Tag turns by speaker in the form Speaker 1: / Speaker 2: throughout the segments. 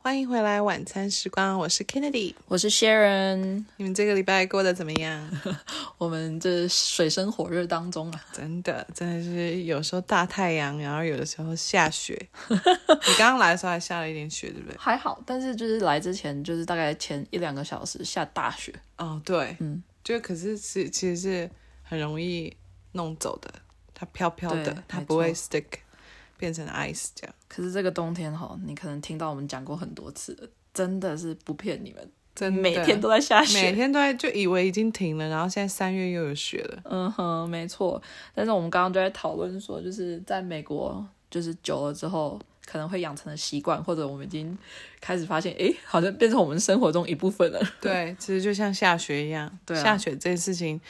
Speaker 1: 欢迎回来晚餐时光，我是 Kennedy。
Speaker 2: 我是 Sharon，
Speaker 1: 你们这个礼拜过得怎么 样？
Speaker 2: 我们这水深火热当中啊，
Speaker 1: 真的，真的是有时候大太阳，然后有的时候下 雪。你刚刚来的时候还下了一点雪，对不对？
Speaker 2: 还好，但是就是来之前就是大概前一两个小时下大雪，
Speaker 1: 哦，对，
Speaker 2: 嗯，
Speaker 1: 就可是是其实是很容易弄走的，它飘飘
Speaker 2: 对
Speaker 1: 的，它
Speaker 2: 没
Speaker 1: 不会
Speaker 2: 错
Speaker 1: stick 变成 ice 这样。
Speaker 2: 可是这个冬天哈，你可能听到我们讲过很多次了，真的是不骗你们，
Speaker 1: 真的
Speaker 2: 每天都在下
Speaker 1: 每
Speaker 2: 雪。
Speaker 1: 天都在就以为已经停了，然后现在三月又有雪了。
Speaker 2: 嗯哼，没错。但是我们刚刚就在讨论说，就是在美国，就是久了之后可能会养成的习惯，或者我们已经开始发现，诶，好像变成我们生活中一部分了。
Speaker 1: 对，其实就像下雪一样，
Speaker 2: 对啊
Speaker 1: 下雪这件事情。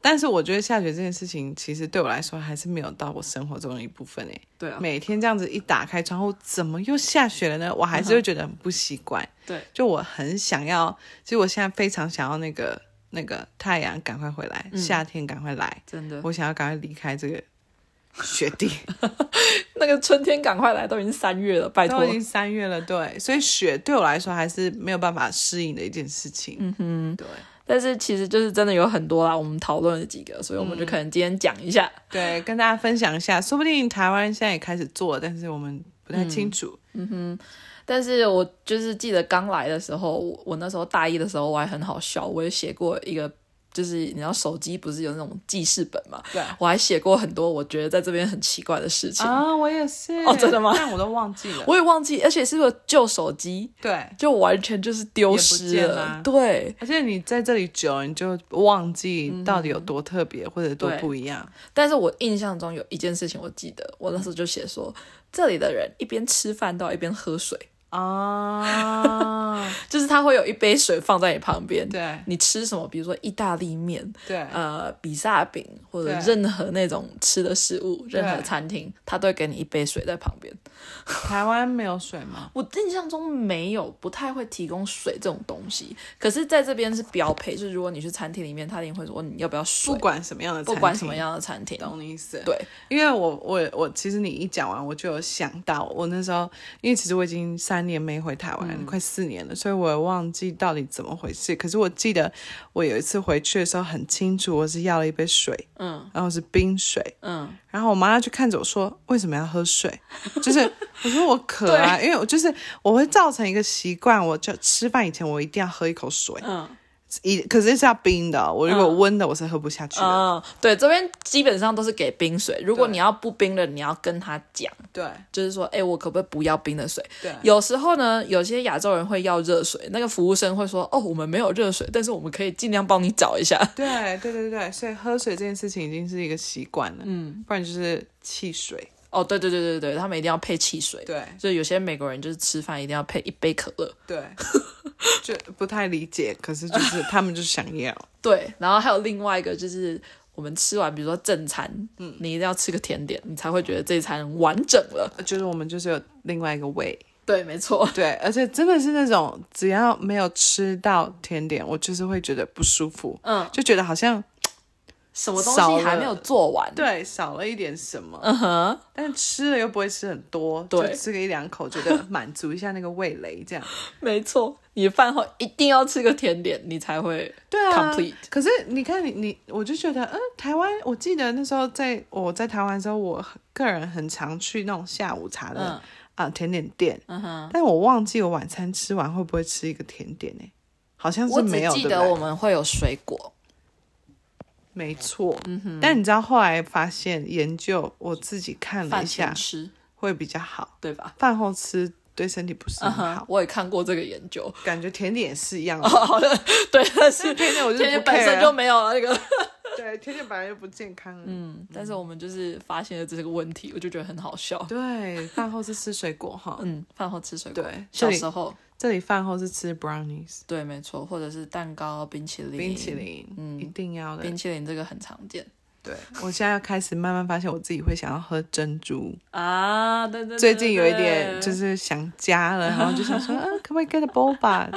Speaker 1: 但是我觉得下雪这件事情，其实对我来说还是没有到我生活中的一部分诶。
Speaker 2: 对啊，
Speaker 1: 每天这样子一打开窗户，怎么又下雪了呢？我
Speaker 2: 嗯
Speaker 1: 还是会觉得很不习惯。
Speaker 2: 对，
Speaker 1: 就我很想要，其实我现在非常想要那个那个太阳赶快回来，
Speaker 2: 嗯
Speaker 1: 夏天赶快来，
Speaker 2: 真的。
Speaker 1: 我想要赶快离开这个雪地。
Speaker 2: 那个春天赶快来，都已经三月 了，拜托
Speaker 1: 都已。经三月了，对，所以雪对我来说还是没有办法适应的一件事情。嗯哼，对
Speaker 2: 但是其实就是真的有很多啦，我们讨论了几个，所以我们
Speaker 1: 嗯
Speaker 2: 就可能今天讲一下。
Speaker 1: 对，跟大家分享一下，说不定台湾现在也开始做了，但是我们不太清楚。
Speaker 2: 嗯但是我就是记得刚来的时候，我我那时候大一的时候我还很好笑，我也写过一个，就是你知道手机不是有那种记事本嘛，
Speaker 1: 对
Speaker 2: 我还写过很多我觉得在这边很奇怪的事情，
Speaker 1: 啊，我也是。
Speaker 2: 哦真的吗
Speaker 1: 但我都忘记了。
Speaker 2: 我也忘记，而且是我旧手机，
Speaker 1: 对，
Speaker 2: 就完全就是丢失
Speaker 1: 也不见
Speaker 2: 了，
Speaker 1: 啦
Speaker 2: 对。
Speaker 1: 而且你在这里久了，你就忘记到底有多特别、或者多
Speaker 2: 嗯对
Speaker 1: 不一样。
Speaker 2: 但是我印象中有一件事情我记得，我那时候就写说，这里的人一边吃饭到一边喝水，
Speaker 1: 啊，
Speaker 2: 就是他会有一杯水放在你旁边，
Speaker 1: 对
Speaker 2: 你吃什么，比如说意大利面、
Speaker 1: 对，
Speaker 2: 呃比萨饼或者
Speaker 1: 对
Speaker 2: 任何那种吃的食物，任何
Speaker 1: 对
Speaker 2: 餐厅，他都会给你一杯水在旁边。
Speaker 1: 台湾没有水吗？
Speaker 2: 我印象中没有，不太会提供水这种东西，可是在这边是标配，就是如果你去餐厅里面，他一定会说你要不要水
Speaker 1: 不，管什么样的，
Speaker 2: 不管什么，样的餐厅，
Speaker 1: 懂你意思？
Speaker 2: 对，
Speaker 1: 因为我我我，其实你一讲完，我就有想到我那时候，因为其实我已经三年没回台
Speaker 2: 嗯
Speaker 1: 湾，快四年了，所以我也忘记到底怎么回事。可是我记得我有一次回去的时候很清楚，我是要了一杯水，
Speaker 2: 嗯
Speaker 1: 然后是冰水，
Speaker 2: 嗯，
Speaker 1: 然后我妈就看着我说：“为什么要喝 水？”就是我说我渴啊，因为我就是我会造成一个习惯，我就吃饭以前我一定要喝一口水，
Speaker 2: 嗯
Speaker 1: 一可是是要冰的哦，我如果温的我是喝不下去的。
Speaker 2: 嗯，对，这边基本上都是给冰水，如果
Speaker 1: 对
Speaker 2: 你要不冰的，你要跟他讲。
Speaker 1: 对
Speaker 2: 就是说，哎、我可不可以不要冰的水？
Speaker 1: 对
Speaker 2: 有时候呢，有些亚洲人会要热水，那个服务生会说，哦，我们没有热水，但是我们可以尽量帮你找一下。
Speaker 1: 对对对对，所以喝水这件事情已经是一个习惯了，嗯，不然就是汽水。
Speaker 2: 哦，对对对对对，他们一定要配汽水。
Speaker 1: 对
Speaker 2: 就有些美国人就是吃饭一定要配一杯可乐。
Speaker 1: 对， 就不太理解，可是就是他们就想要。
Speaker 2: 对，然后还有另外一个就是。我们吃完，比如说正餐，嗯，你一定要吃个甜点，你才会觉得这一餐完整了。
Speaker 1: 就是我们就是有另外一个胃，
Speaker 2: 对，没错，
Speaker 1: 对，而且真的是那种只要没有吃到甜点，我就是会觉得不舒服，
Speaker 2: 嗯，
Speaker 1: 就觉得好像
Speaker 2: 什么东
Speaker 1: 少了
Speaker 2: 西还没有做完，
Speaker 1: 对少了一点什么，
Speaker 2: 嗯哼，
Speaker 1: 但吃了又不会吃很多，
Speaker 2: 对
Speaker 1: 就吃个一两口，觉得满足一下那个味蕾，这样。
Speaker 2: 没错，你饭后一定要吃个甜点，你才会
Speaker 1: 对啊
Speaker 2: complete
Speaker 1: 可是你看你你，我就觉得，嗯，台湾，我记得那时候在我在台湾的时候，我个人很常去那种下午茶的啊
Speaker 2: 嗯、
Speaker 1: 甜点店，
Speaker 2: 嗯哼，
Speaker 1: 但我忘记我晚餐吃完会不会吃一个甜点呢、好像是
Speaker 2: 我
Speaker 1: 没
Speaker 2: 只
Speaker 1: 有，
Speaker 2: 记
Speaker 1: 对不
Speaker 2: 得
Speaker 1: 对
Speaker 2: 我们会有水果，
Speaker 1: 没错，
Speaker 2: 嗯
Speaker 1: 但你知道后来发现研究，我自己看了
Speaker 2: 饭
Speaker 1: 一下
Speaker 2: 前，吃，
Speaker 1: 会比较好，
Speaker 2: 对吧？
Speaker 1: 饭后吃对身体不是很
Speaker 2: 嗯哼
Speaker 1: 好，，
Speaker 2: 我也看过这个研究，
Speaker 1: 感觉甜点也是一样 的，
Speaker 2: 好像对，但是
Speaker 1: 甜点我就
Speaker 2: 天
Speaker 1: 是
Speaker 2: 天
Speaker 1: 不
Speaker 2: 本身
Speaker 1: care
Speaker 2: 就没有那个，
Speaker 1: 对甜点本来就不健康，
Speaker 2: 嗯，但是我们就是发现了这个问题，我就觉得很好笑。
Speaker 1: 对，饭后是吃水果哈，
Speaker 2: 嗯，饭后吃水果，
Speaker 1: 对，这
Speaker 2: 小
Speaker 1: 里
Speaker 2: 时候
Speaker 1: 这里饭后是吃 brownies
Speaker 2: 对，没错，或者是蛋糕、冰淇淋、
Speaker 1: 冰淇、淋，一定要的
Speaker 2: 嗯冰。淇淋这个很常见
Speaker 1: 对，我现在要开始慢慢发现我自己会想要喝珍珠，
Speaker 2: 啊。对对，
Speaker 1: 最近有一点就是想家 了，然后就想说，啊，可不可以 get a boba？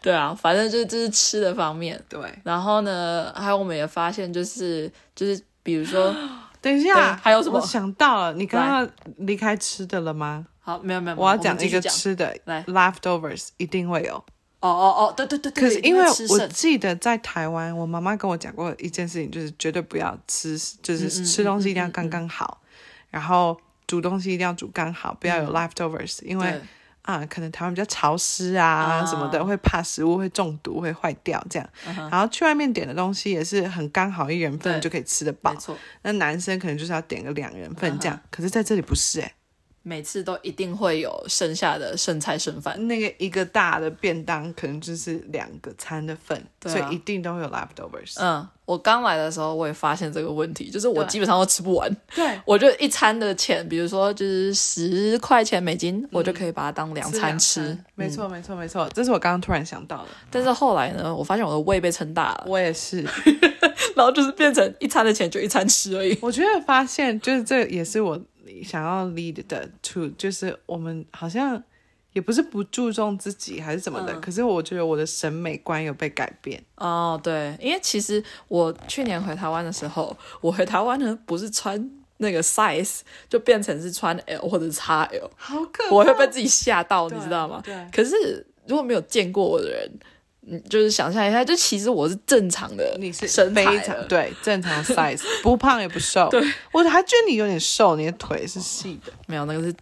Speaker 2: 对啊，反正就是这是吃的方面。
Speaker 1: 对，
Speaker 2: 然后呢，还有我们也发现，就是就是比如说，
Speaker 1: 等一下，
Speaker 2: 对还有什么
Speaker 1: 我想到了，你刚刚离开吃的了吗？
Speaker 2: 好，没有没有，没有
Speaker 1: 我要
Speaker 2: 们
Speaker 1: 讲
Speaker 2: 继
Speaker 1: 一
Speaker 2: 续
Speaker 1: 个
Speaker 2: 讲。
Speaker 1: 吃的
Speaker 2: 来
Speaker 1: ，leftovers 一定会有。
Speaker 2: 哦哦哦，对对对对，
Speaker 1: 可是
Speaker 2: 因
Speaker 1: 因为
Speaker 2: 吃
Speaker 1: 我
Speaker 2: 剩
Speaker 1: 记得在台湾，我妈妈跟我讲过一件事情，就是绝对不要吃，就是
Speaker 2: 嗯
Speaker 1: 吃东西一定要刚刚好，然后煮东西一定要煮刚好，不要有 leftovers，、因为
Speaker 2: 嗯对
Speaker 1: 啊，可能台湾比较潮湿啊
Speaker 2: 啊嗯
Speaker 1: 什么的，会怕食物会中毒、会坏掉这样。然后去外面点的东西也是很刚好一人份
Speaker 2: 对
Speaker 1: 就可以吃得饱
Speaker 2: 没，错，嗯
Speaker 1: 那男生可能就是要点个两人份这样，可是在这里不是哎、
Speaker 2: 每次都一定会有剩下的剩菜剩饭。
Speaker 1: 那个一个大的便当可能就是两个餐的份，
Speaker 2: 对啊
Speaker 1: 所以一定都会有 leftovers。
Speaker 2: 嗯，我刚来的时候我也发现这个问题，就是我
Speaker 1: 对
Speaker 2: 基本上都吃不完。
Speaker 1: 对，
Speaker 2: 我就一餐的钱，比如说就是十块钱美金，我就可以把它当两餐嗯吃。
Speaker 1: 没错，没错，没错，这是我刚刚突然想到的。
Speaker 2: 但是后来呢，我发现我的胃被撑大 了，
Speaker 1: 我也是，
Speaker 2: 然后就是变成一餐的钱就一餐吃而已。
Speaker 1: 我觉得发现就是这也是我想要 lead 的 to，就是我们好像也不是不注重自己还是怎么的，可是我觉得我的审美观有被改变。
Speaker 2: 哦，对，因为其实我去年回台湾的时候，我回台湾呢不是穿那个 size，就变成是穿 L 或者 XL，
Speaker 1: 好可
Speaker 2: 我会被自己吓到，
Speaker 1: 对
Speaker 2: 你知道吗？
Speaker 1: 对
Speaker 2: 可是如果没有见过我的人，嗯，就是想象一下，就其实我是正常的，
Speaker 1: 你是
Speaker 2: 身材
Speaker 1: 非
Speaker 2: 的
Speaker 1: 常对正常 size，不胖也不瘦。对，我还觉得你有点瘦，你的腿是细的。
Speaker 2: 没有那个是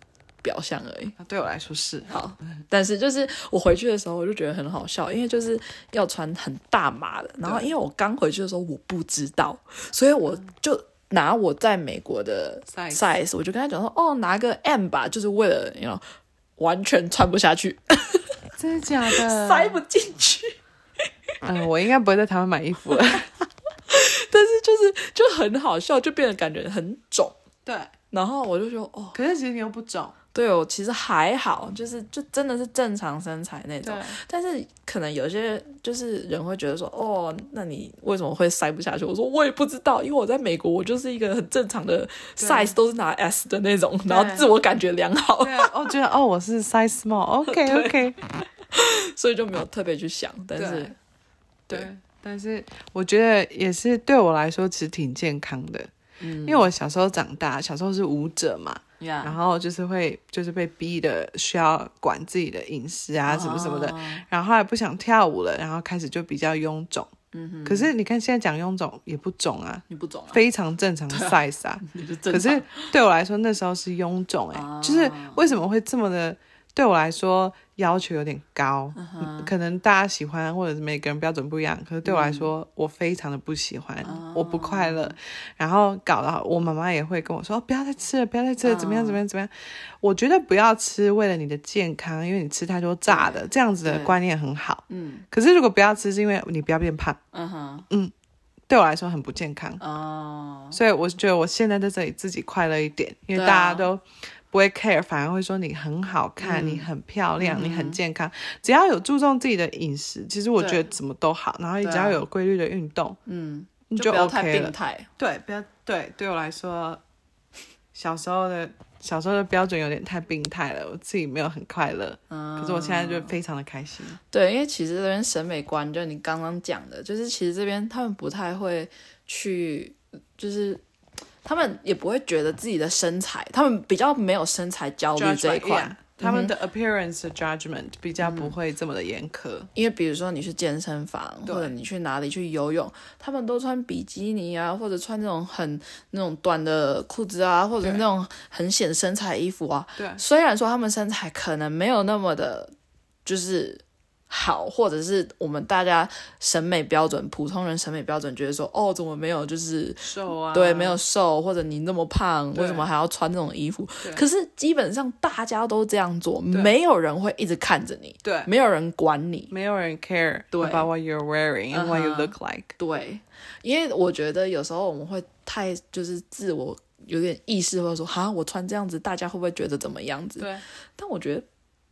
Speaker 2: 表象而已。
Speaker 1: 对我来说是，
Speaker 2: 好，但是就是我回去的时候，我就觉得很好笑，因为就是要穿很大码的，然后因为我刚回去的时候我不知道，所以我就拿我在美国的
Speaker 1: Size
Speaker 2: size，我就跟他讲说，哦，拿个 M 吧，就是为了你 you know, 完全穿不下去，
Speaker 1: 真的假的？
Speaker 2: 塞不进去，
Speaker 1: 嗯、我应该不会在台湾买衣服了。
Speaker 2: 但是就是就很好笑，就变得感觉很肿。
Speaker 1: 对，
Speaker 2: 然后我就说，哦，
Speaker 1: 可是其实你又不肿。
Speaker 2: 对我其实还好，就是就真的是正常身材那种。但是可能有些就是人会觉得说，哦，那你为什么会塞不下去？我说我也不知道，因为我在美国，我就是一个很正常的 size，都是拿 S 的那种，然后自我感觉良好，
Speaker 1: 对啊，我觉得哦，我是 size small，OK OK，
Speaker 2: 所以就没有特别去想。但
Speaker 1: 对
Speaker 2: 是，对，
Speaker 1: 但是我觉得也是对我来说其实挺健康的，嗯，啊因为我小时候长大，小时候是舞者嘛，然后就是会就是被逼的需要管自己的饮食啊什么什么
Speaker 2: 哦
Speaker 1: 的，然后后来不想跳舞了，然后开始就比较臃肿，嗯哼，可是你看现在讲臃肿也不肿啊，
Speaker 2: 你不懂啊，
Speaker 1: 非常正常的 size 啊，
Speaker 2: 你就正
Speaker 1: 可
Speaker 2: 常啊
Speaker 1: 是对我来说，那时候是臃肿哎、就是为什么会这么的？对我来说要求有点高嗯可能大家喜欢或者是每个人标准不一样，可是对我来说，
Speaker 2: 嗯
Speaker 1: 我非常的不喜欢，
Speaker 2: 啊
Speaker 1: 我不快乐，然后搞到我妈妈也会跟我说、哦不要再吃了，不要再
Speaker 2: 啊
Speaker 1: 吃了，怎么样怎么样怎么样。我觉得不要吃，为了你的健康，因为你吃太多炸的，这样子的
Speaker 2: 对
Speaker 1: 观念很好。
Speaker 2: 嗯
Speaker 1: 可是如果不要吃，是因为你不要变胖，
Speaker 2: 嗯哼
Speaker 1: 对我来说很不健康。
Speaker 2: 哦，
Speaker 1: 所以我觉得我现在在这里自己快乐一点，因为
Speaker 2: 对啊
Speaker 1: 大家都不会 care，反而会说你很好看，你很漂亮，你很健康。只要有注重自己的饮食，其实我
Speaker 2: 对
Speaker 1: 觉得怎么都好。然后
Speaker 2: 对啊
Speaker 1: 只要有规律的运动，
Speaker 2: 嗯，
Speaker 1: 你
Speaker 2: 就不要太
Speaker 1: OK
Speaker 2: 病
Speaker 1: 了。
Speaker 2: 态，
Speaker 1: 对，不要对，对我来说，小时候的小时候的标准有点太病态了，我自己没有很快乐。
Speaker 2: 嗯
Speaker 1: 可是我现在就非常的开心。
Speaker 2: 对，因为其实这边审美观，就你刚刚讲的，就是其实这边他们不太会去，就是他们也不会觉得自己的身材，他们比较没有身材焦虑
Speaker 1: Judgment，
Speaker 2: 这一块。
Speaker 1: yeah，他们的 appearance judgment 比较不会这么的严苛。
Speaker 2: 因为比如说你去健身房，
Speaker 1: 对
Speaker 2: 或者你去哪里去游泳，他们都穿比基尼啊，或者穿那种很那种短的裤子啊，或者那种很显身材的衣服啊。
Speaker 1: 对
Speaker 2: 虽然说他们身材可能没有那么的，就是好，或者是我们大家审美标准，普通人审美标准觉得说，哦，怎么没有就是
Speaker 1: 瘦啊，
Speaker 2: 对，没有瘦，或者你那么胖，为什么还要穿那种衣服？可是基本上大家都这样做，没有人会一直看着你，
Speaker 1: 对
Speaker 2: 没有人管你。
Speaker 1: 没有人 care
Speaker 2: 对
Speaker 1: about what you're wearing and what you look like。
Speaker 2: 对，因为我觉得有时候我们会太就是自我有点意识，或者说哈，我穿这样子，大家会不会觉得怎么样子？
Speaker 1: 对，
Speaker 2: 但我觉得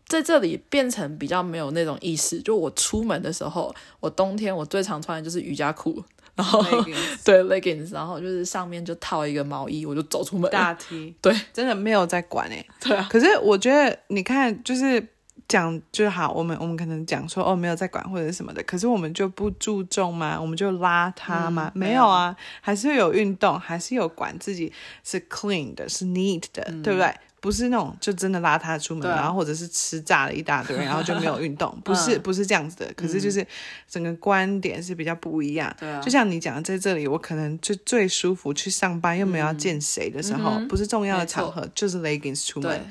Speaker 2: 在这里变成比较没有那种意识，就我出门的时候，我冬天我最常穿的就是瑜伽裤，然后 对 leggings，然后就是上面就套一个毛衣，我就走出门了。
Speaker 1: 大 T，
Speaker 2: 对，
Speaker 1: 欸真的没有在管哎、对啊。可是我觉得，你看，就是讲就好，我们我们可能讲说哦没有在管或者什么的，可是我们就不注重吗？我们就邋遢吗？
Speaker 2: 嗯
Speaker 1: 没有啊，还是有运动，还是有管自己是 clean 的，是 neat 的，对不对？不是那种就真的邋遢出门，
Speaker 2: 对啊
Speaker 1: 然后或者是吃炸了一大堆，然后就没有运 动，不是、不是这样子的。可是就是整个观点是比较不一样。
Speaker 2: 对啊
Speaker 1: 就像你讲的，在这里我可能就最舒服去上班，又没有要见谁的时候，不是重要的
Speaker 2: 嗯没错
Speaker 1: 场合，就是 leggings 出
Speaker 2: 对
Speaker 1: 门，，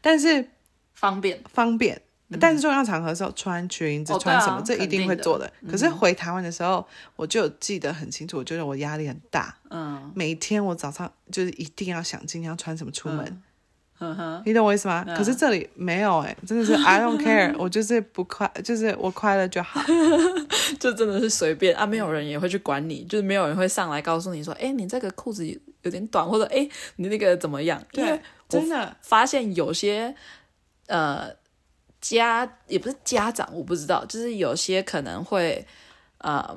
Speaker 1: 但是
Speaker 2: 方便，
Speaker 1: 方便，但是重要场合的时候穿裙子、
Speaker 2: 哦对啊
Speaker 1: 穿什么，这一
Speaker 2: 肯
Speaker 1: 定
Speaker 2: 定
Speaker 1: 会
Speaker 2: 的嗯
Speaker 1: 做的。可是回台湾的时候，我就记得很清楚，我觉得我压力很大，
Speaker 2: 嗯
Speaker 1: 每天我早上就是一定要想今天要穿什么出门，
Speaker 2: 嗯哼，
Speaker 1: 你懂我意思吗？可是这里没有哎、真的是 I don't care，我就是不快，就是我快乐就 好。
Speaker 2: 就真的是随便啊，没有人也会去管你，就是没有人会上来告诉你说，哎、你这个裤子有点短，或者哎、你那个怎么样？因为
Speaker 1: 对，真的，
Speaker 2: 发现有些呃家也不是家长，我不知道，就是有些可能会呃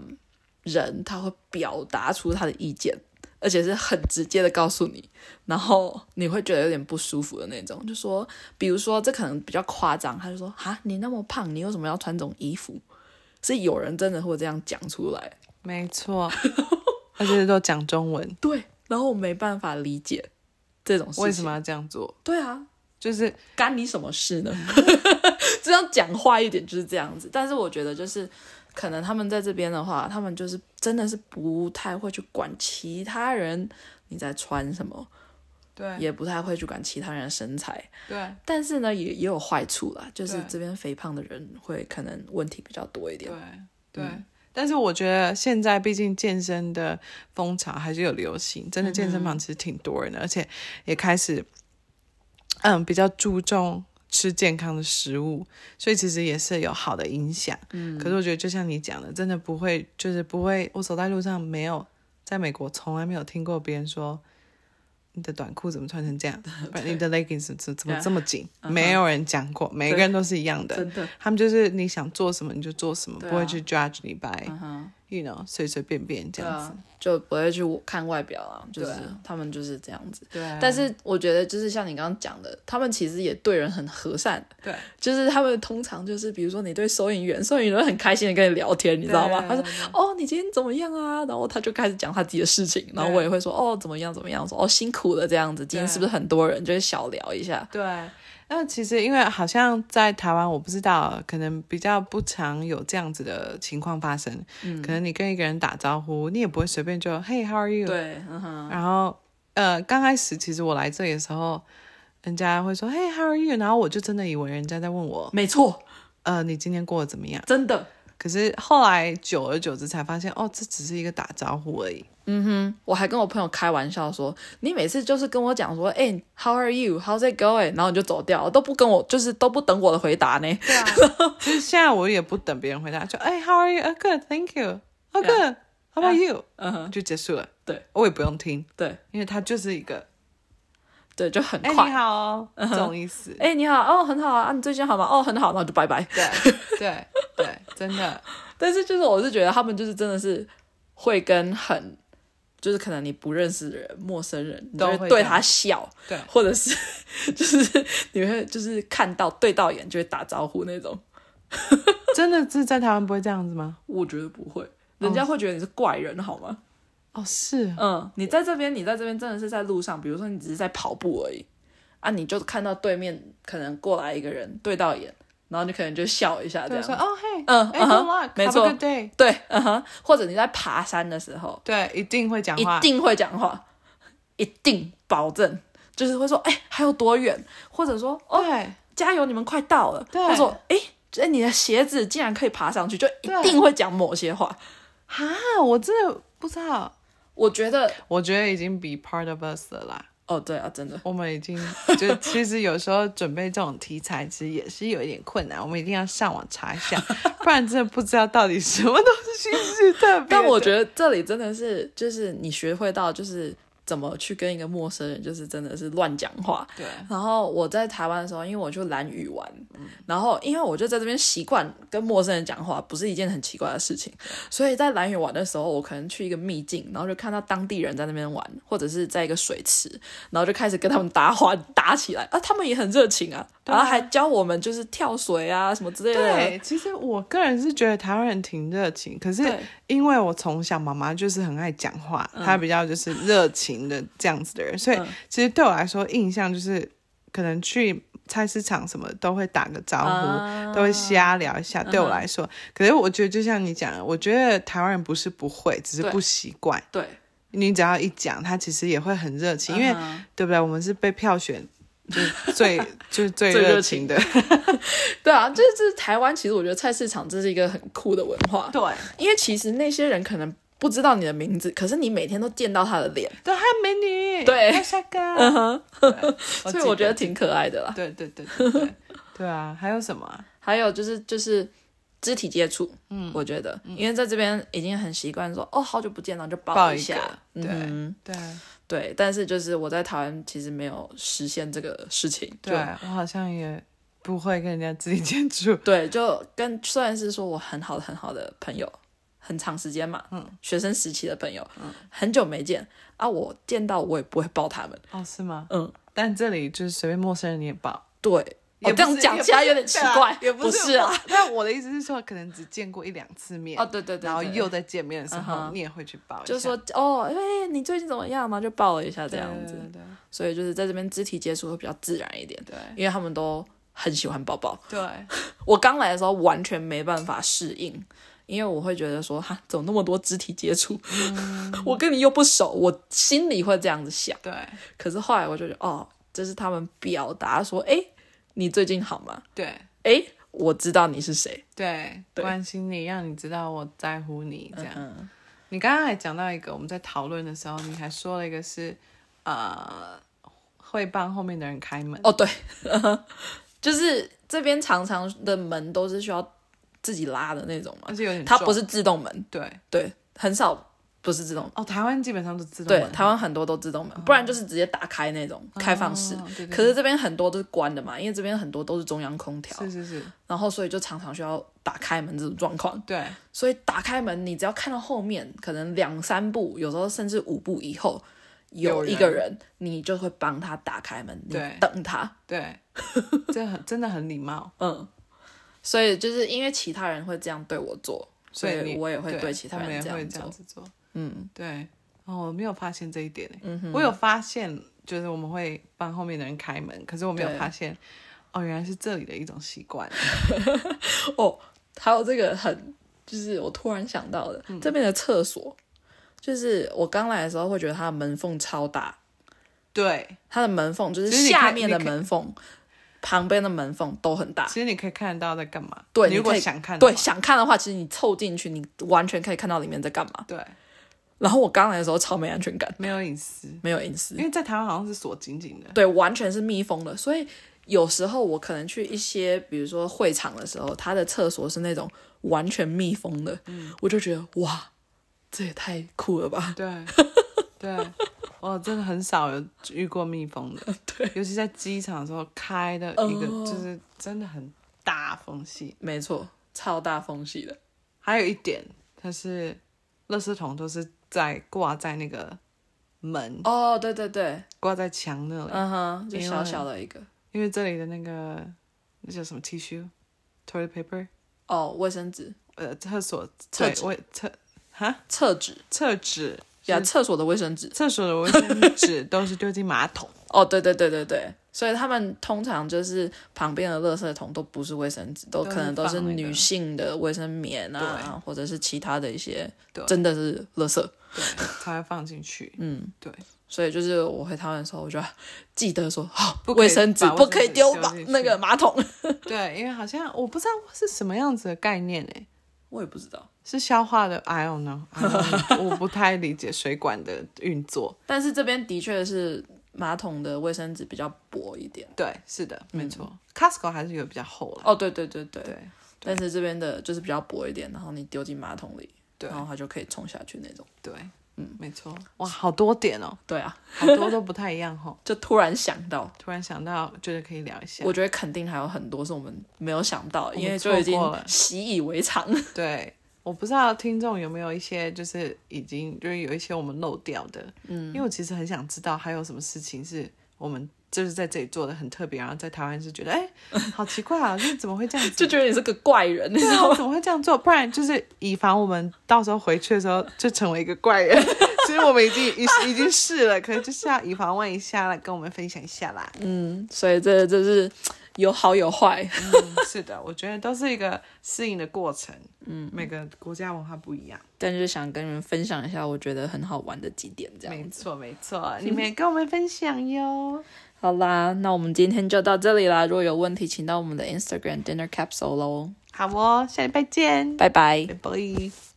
Speaker 2: 人他会表达出他的意见，而且是很直接的告诉你，然后你会觉得有点不舒服的那种，就说比如说这可能比较夸张，他就说啊你那么胖，你为什么要穿这种衣服？是有人真的会这样讲出来，
Speaker 1: 没 错，而且都讲中文，
Speaker 2: 对，然后我没办法理解这种事情，
Speaker 1: 为什么？要这样做？
Speaker 2: 对啊，
Speaker 1: 就是
Speaker 2: 干你什么事呢？ 这样讲话一点就是这样子，但是我觉得就是可能他们在这边的话，他们就是真的是不太会去管其他人你在穿什么，
Speaker 1: 对
Speaker 2: 也不太会去管其他人的身材。
Speaker 1: 对
Speaker 2: 但是呢，也也有坏处啦，就是
Speaker 1: 对
Speaker 2: 这边肥胖的人会可能问题比较多一点
Speaker 1: 对。对、嗯但是我觉得现在毕竟健身的风潮还是有流行，
Speaker 2: 嗯
Speaker 1: 真的健身房其实挺多人的，而且也开始嗯比较注重。吃健康的食物，所以其实也是有好的影响。嗯，可是我觉得就像你讲的，真的不会，就是不会。我走在路上没有，在美国从来没有听过别人说你的短裤怎么穿成这 样，不然你的 leggings 怎么怎么这么紧，
Speaker 2: 嗯
Speaker 1: 没有人讲过，每个人都是一样的。
Speaker 2: 的，
Speaker 1: 他们就是你想做什么你就做什么，
Speaker 2: 对啊嗯
Speaker 1: 不会去 judge 你 by、
Speaker 2: 哼
Speaker 1: you know 随随便便这
Speaker 2: 对
Speaker 1: 样子
Speaker 2: 啊。，就不会去看外表啊，就是
Speaker 1: 对啊
Speaker 2: 他们就是这样子。
Speaker 1: 对啊
Speaker 2: 但是我觉得，就是像你刚刚讲的，他们其实也对人很和善，
Speaker 1: 对，
Speaker 2: 就是他们通常就是，比如说你对收银员，收银员会很开心的跟你聊天，你知道吗？
Speaker 1: 对
Speaker 2: 他说
Speaker 1: 对：“
Speaker 2: 哦，你今天怎么样啊？”然后他就开始讲他自己的事情，然后我也会说：“哦，怎么样怎么样？”说：“哦，辛苦了这样子，今天是不是很多人？”就会小聊一下。
Speaker 1: 对。那其实因为好像在台湾，我不知道，可能比较不常有这样子的情况发生。
Speaker 2: 嗯
Speaker 1: 可能你跟一个人打招呼，你也不会随便就 Hey how are you？
Speaker 2: 对，嗯哼，
Speaker 1: 然后呃，刚开始其实我来这里的时候，人家会说 Hey how are you？然后我就真的以为人家在问我，
Speaker 2: 没错，
Speaker 1: 呃，你今天过得怎么样？
Speaker 2: 真的，
Speaker 1: 可是后来久而久之才发现，哦，这只是一个打招呼而已。
Speaker 2: 我还跟我朋友开玩笑说：“你每次就是跟我讲说，哎、h o w are you？How's it going？” 然后你就走掉，都不跟我，就是都不等我的回答呢。
Speaker 1: 对啊，其实现在我也不等别人回答，就哎，How are you? Uh, good, thank you. Oh, good. How about you?
Speaker 2: 嗯哼，
Speaker 1: 就结束了。
Speaker 2: 对，
Speaker 1: 我也不用听，
Speaker 2: 对
Speaker 1: 因为它就是一个
Speaker 2: 对，就很
Speaker 1: 哎，
Speaker 2: 快。
Speaker 1: 你好哦，这种意思。
Speaker 2: 哎、你好，哦，很好啊，啊你最近好吗？哦，很好，然后就拜拜。
Speaker 1: 对对对，真的，
Speaker 2: 但是就是我是觉得他们就是真的是会跟很，就是可能你不认识的人、陌生人，你就
Speaker 1: 都会
Speaker 2: 会对他笑，
Speaker 1: 这样对
Speaker 2: 或者是 就是你会就是看到对到眼就会打招呼那种。
Speaker 1: 真的是在台湾不会这样子吗？
Speaker 2: 我觉得不会，人家会觉得你是怪人，好吗？
Speaker 1: 哦，是
Speaker 2: 嗯，你在这边，你在这边真的是在路上，比如说你只是在跑步而已啊，你就看到对面可能过来一个人对到眼，然后你可能就笑一下这
Speaker 1: 对，
Speaker 2: 样
Speaker 1: 说。哦嘿，
Speaker 2: 嗯
Speaker 1: 哎
Speaker 2: 嗯
Speaker 1: ，Good
Speaker 2: 哼
Speaker 1: luck，
Speaker 2: 没错
Speaker 1: have a good day。
Speaker 2: 对，嗯哼，或者你在爬山的时候，
Speaker 1: 对，一定会讲
Speaker 2: 一
Speaker 1: 话。
Speaker 2: 定会讲话，一定保证，就是会说，哎、还有多远？或者说，哦，
Speaker 1: 对
Speaker 2: 加油，你们快到了。
Speaker 1: 对
Speaker 2: 或者说，哎、哎，你的鞋子竟然可以爬上去，就
Speaker 1: 对
Speaker 2: 一定会讲某些话。
Speaker 1: 哈，我真的不知道，
Speaker 2: 我觉得，
Speaker 1: 我觉得已经比 part of us 了啦。
Speaker 2: 哦，对啊，真的，
Speaker 1: 我们已经就其实有时候准备这种题材，其实也是有一点困难。我们一定要上网查一 下，不然真的不知道到底什么东西是特别的。
Speaker 2: 但我觉得这里真的是，就是你学会到，就是怎么去跟一个陌生人，就是真的是乱讲话。
Speaker 1: 对
Speaker 2: 然后我在台湾的时候，因为我去蓝屿玩，然后因为我就在这边习惯跟陌生人讲话，不是一件很奇怪的事情，所以在蓝屿玩的时候，我可能去一个秘境，然后就看到当地人在那边玩，或者是在一个水池，然后就开始跟他们搭话搭起来啊，他们也很热情啊，
Speaker 1: 对啊
Speaker 2: 然后还教我们就是跳水啊什么之类的。
Speaker 1: 对，其实我个人是觉得台湾人挺热情，可是
Speaker 2: 对
Speaker 1: 因为我从小妈妈就是很爱讲话，她比较就是热情的这样子的人，所以
Speaker 2: 嗯
Speaker 1: 其实对我来说印象就是可能去菜市场什么都会打个招呼，
Speaker 2: 啊嗯
Speaker 1: 都会瞎聊一下。对我来说，可是我觉得就像你讲的，我觉得台湾人不是不会，只是
Speaker 2: 对
Speaker 1: 不习惯。
Speaker 2: 对，
Speaker 1: 你只要一讲，他其实也会很热情，因为、
Speaker 2: 嗯
Speaker 1: 对不对？我们是被票选。就是最 就是最
Speaker 2: 最热
Speaker 1: 热情的，
Speaker 2: 对啊，这这台湾其实我觉得菜市场这是一个很酷的文化，
Speaker 1: 对，
Speaker 2: 因为其实那些人可能不知道你的名字，可是你每天都见到他的脸，
Speaker 1: 对，还有美女，
Speaker 2: 对嗯
Speaker 1: 还有帅哥，所
Speaker 2: 所以我觉得，挺可爱的啦。
Speaker 1: 对对对对对，对啊，还有什么啊？
Speaker 2: 还有就是就是肢体接触，嗯，我觉得，因为在这边已经很习惯说哦，好久不见了就
Speaker 1: 抱
Speaker 2: 抱
Speaker 1: 一
Speaker 2: 下
Speaker 1: 个，
Speaker 2: 嗯
Speaker 1: 对
Speaker 2: 哼
Speaker 1: 对啊
Speaker 2: 对，但是就是我在台湾其实没有实现这个事情，
Speaker 1: 对，啊
Speaker 2: 就
Speaker 1: 我好像也不会跟人家自己接触，
Speaker 2: 对，就跟虽然是说我很好的很好的朋友，很长时间嘛，嗯，学生时期的朋友，嗯，很久没见啊，我见到我也不会抱他们，
Speaker 1: 哦，是吗？
Speaker 2: 嗯，
Speaker 1: 但这里就是随便陌生人你也抱。
Speaker 2: 对，
Speaker 1: 也
Speaker 2: 哦、这
Speaker 1: 不
Speaker 2: 样
Speaker 1: 是
Speaker 2: 讲起来有点奇怪，
Speaker 1: 也不
Speaker 2: 不
Speaker 1: 是
Speaker 2: 是啊，。
Speaker 1: 但我的意思是说，可能只见过一两次面
Speaker 2: 哦，，对对对对，
Speaker 1: 然后又在见面的时
Speaker 2: 嗯
Speaker 1: 候，
Speaker 2: 哼
Speaker 1: 你也会去抱一下，
Speaker 2: 就是说哦，哎、你最近怎么样嘛？就抱了一下这
Speaker 1: 对
Speaker 2: 样子，，
Speaker 1: 对
Speaker 2: 所以就是在这边肢体接触会比较自然一点，
Speaker 1: 对
Speaker 2: 因为他们都很喜欢抱抱。
Speaker 1: 对
Speaker 2: 我刚来的时候完全没办法适应，因为我会觉得说哈，怎么那么多肢体接触？ 我跟你又不熟，我心里会这样子想。
Speaker 1: 对
Speaker 2: 可是后来我就觉得哦，这是他们表达说，哎、你最近好吗？
Speaker 1: 对
Speaker 2: 哎、我知道你是谁。
Speaker 1: 对对，
Speaker 2: 对
Speaker 1: 关心你，让你知道我在乎你，这样。
Speaker 2: 嗯，
Speaker 1: 你刚刚还讲到一个，我们在讨论的时候，你还说了一个是，呃，会帮后面的人开门。
Speaker 2: 哦，对，就是这边常常的门都是需要自己拉的那种嘛
Speaker 1: 而，且有点
Speaker 2: 它
Speaker 1: 重
Speaker 2: 哦不是自动门，
Speaker 1: 对
Speaker 2: 对，很少不是自动门。
Speaker 1: 哦，台湾基本上都自动
Speaker 2: 对
Speaker 1: 门，
Speaker 2: 台湾很多都自动门，不然就是直接打开那种开放式
Speaker 1: 哦。对对
Speaker 2: 可是这边很多都是关的嘛，因为这边很多都是中央空调，
Speaker 1: 是是是，
Speaker 2: 然后所以就常常需要打开门这种状况。
Speaker 1: 对
Speaker 2: 所以打开门，你只要看到后面可能两三步，有时候甚至五步以后
Speaker 1: 有
Speaker 2: 有
Speaker 1: 人
Speaker 2: 一个人，你就会帮他打开门，你
Speaker 1: 对
Speaker 2: 等他。
Speaker 1: 对， 这很真的很礼貌，
Speaker 2: 嗯，所以就是因为其他人会这样对我做，所
Speaker 1: 你
Speaker 2: 以我也会
Speaker 1: 对
Speaker 2: 对其他
Speaker 1: 我们
Speaker 2: 人
Speaker 1: 也会
Speaker 2: 样
Speaker 1: 这样
Speaker 2: 做。
Speaker 1: 子做。
Speaker 2: 嗯，
Speaker 1: 对，哦，我没有发现这一点诶，欸我有发现，就是我们会帮后面的人开门，可是我没有
Speaker 2: 对
Speaker 1: 发现，哦，原来是这里的一种习惯。
Speaker 2: 哦，还有这个很，就是我突然想到的，
Speaker 1: 嗯
Speaker 2: 这边的厕所，就是我刚来的时候会觉得它的门缝超大，
Speaker 1: 对，
Speaker 2: 它的门缝就是
Speaker 1: 就是你
Speaker 2: 下
Speaker 1: 看
Speaker 2: 面
Speaker 1: 你
Speaker 2: 的
Speaker 1: 看
Speaker 2: 门缝，旁边的门缝都很大。
Speaker 1: 其实你可以看得到在干嘛。
Speaker 2: 对，
Speaker 1: 你
Speaker 2: 你
Speaker 1: 如果
Speaker 2: 可以
Speaker 1: 想看的
Speaker 2: 对
Speaker 1: 话，
Speaker 2: 想看的话，其实你凑进去，你完全可以看到里面在干嘛。
Speaker 1: 对，
Speaker 2: 然后我刚来的时候超没安全感，
Speaker 1: 没有隐私。
Speaker 2: 没有隐私
Speaker 1: 因，为在台湾好像是锁紧紧的。
Speaker 2: 对，完全是密封的。所以有时候我可能去一些，比如说会场的时候，它的厕所是那种完全密封的，我就觉得哇，这也太酷了吧！
Speaker 1: 对，对，我真的很少有遇过蜜蜂 的，对，尤其在机场的时候开的
Speaker 2: 哦
Speaker 1: 一个，就是真的很大缝隙。
Speaker 2: 没错，超大缝隙的，
Speaker 1: 还有一点，它是垃圾桶都是在挂在那个门，
Speaker 2: 哦，对对对，
Speaker 1: 挂在墙那里，
Speaker 2: 嗯哼，就
Speaker 1: 因为
Speaker 2: 小小的一个，
Speaker 1: 因为这里的那个那叫什么 tissue toilet paper，
Speaker 2: 哦，卫生纸、
Speaker 1: 呃，厕所
Speaker 2: 厕
Speaker 1: 对
Speaker 2: 纸
Speaker 1: 我厕哈
Speaker 2: 厕纸
Speaker 1: 厕纸。
Speaker 2: 呀，厕所的卫生纸，
Speaker 1: 厕所的卫生纸都是丢进马桶，
Speaker 2: 哦，对对对对对，所以他们通常就是旁边的垃圾桶都不是卫生纸，都
Speaker 1: 都
Speaker 2: 可
Speaker 1: 是
Speaker 2: 能都是
Speaker 1: 放那个
Speaker 2: 女性的卫生棉啊，或者是其他的一些
Speaker 1: 对，
Speaker 2: 真的是垃圾。
Speaker 1: 对，才会放进去。
Speaker 2: 嗯，
Speaker 1: 对。
Speaker 2: 所以就是我回台湾的时候，我就记得说，好、
Speaker 1: 不可以
Speaker 2: 卫生纸
Speaker 1: 把
Speaker 2: 不可以丢
Speaker 1: 卫生纸
Speaker 2: 吧
Speaker 1: 丢进去
Speaker 2: 那个马桶。
Speaker 1: 对，因为好像我不知道是什么样子的概念诶，
Speaker 2: 我也不知道，
Speaker 1: 是消化的，I don't know，, I don't know 我不太理解水管的运作。
Speaker 2: 但是这边的确是马桶的卫生纸比较薄一点。
Speaker 1: 对，是的，没错、c o s t c o 还是有比较厚了。
Speaker 2: 嗯哦，对对对对，
Speaker 1: 对
Speaker 2: 但是这边的就是比较薄一点，然后你丢进马桶里，
Speaker 1: 对
Speaker 2: 然后它就可以冲下去那种。
Speaker 1: 对，嗯，没错。哇，好多点哦，
Speaker 2: 对啊，
Speaker 1: 好多都不太一样哦。
Speaker 2: 就突然想到，
Speaker 1: 突然想到，觉得可以聊一下。
Speaker 2: 我觉得肯定还有很多是我们没有想到，
Speaker 1: 们
Speaker 2: 因为就已经
Speaker 1: 错过了
Speaker 2: 习以为常。
Speaker 1: 对，我不知道听众有没有一些就是已经就是有一些我们漏掉的，嗯，因为我其实很想知道还有什么事情是我们就是在这里做的很特别，然后在台湾是觉得 哎、好奇怪啊，就是怎么会这样子？
Speaker 2: 就觉得你是个怪人，你知
Speaker 1: 对啊，
Speaker 2: 道吗？
Speaker 1: 我怎么会这样做？不然就是以防我们到时候回去的时候就成为一个怪 人。其实我们已经已已经试了，可是就是要以防万一下来跟我们分享一下啦。嗯，
Speaker 2: 所以这就是有好有坏。
Speaker 1: 是的，我觉得都是一个适应的过程。嗯，每个国家文化不一样。
Speaker 2: 但是想跟你们分享一下，我觉得很好玩的几点，这
Speaker 1: 没
Speaker 2: 样。
Speaker 1: 错，没错， 你们也跟我们分享哟。
Speaker 2: 好啦，那我们今天就到这里啦。如果有问题，请到我们的 Instagram Dinner Capsule 喽。
Speaker 1: 好哦，下礼拜见，
Speaker 2: 拜拜
Speaker 1: 拜。拜。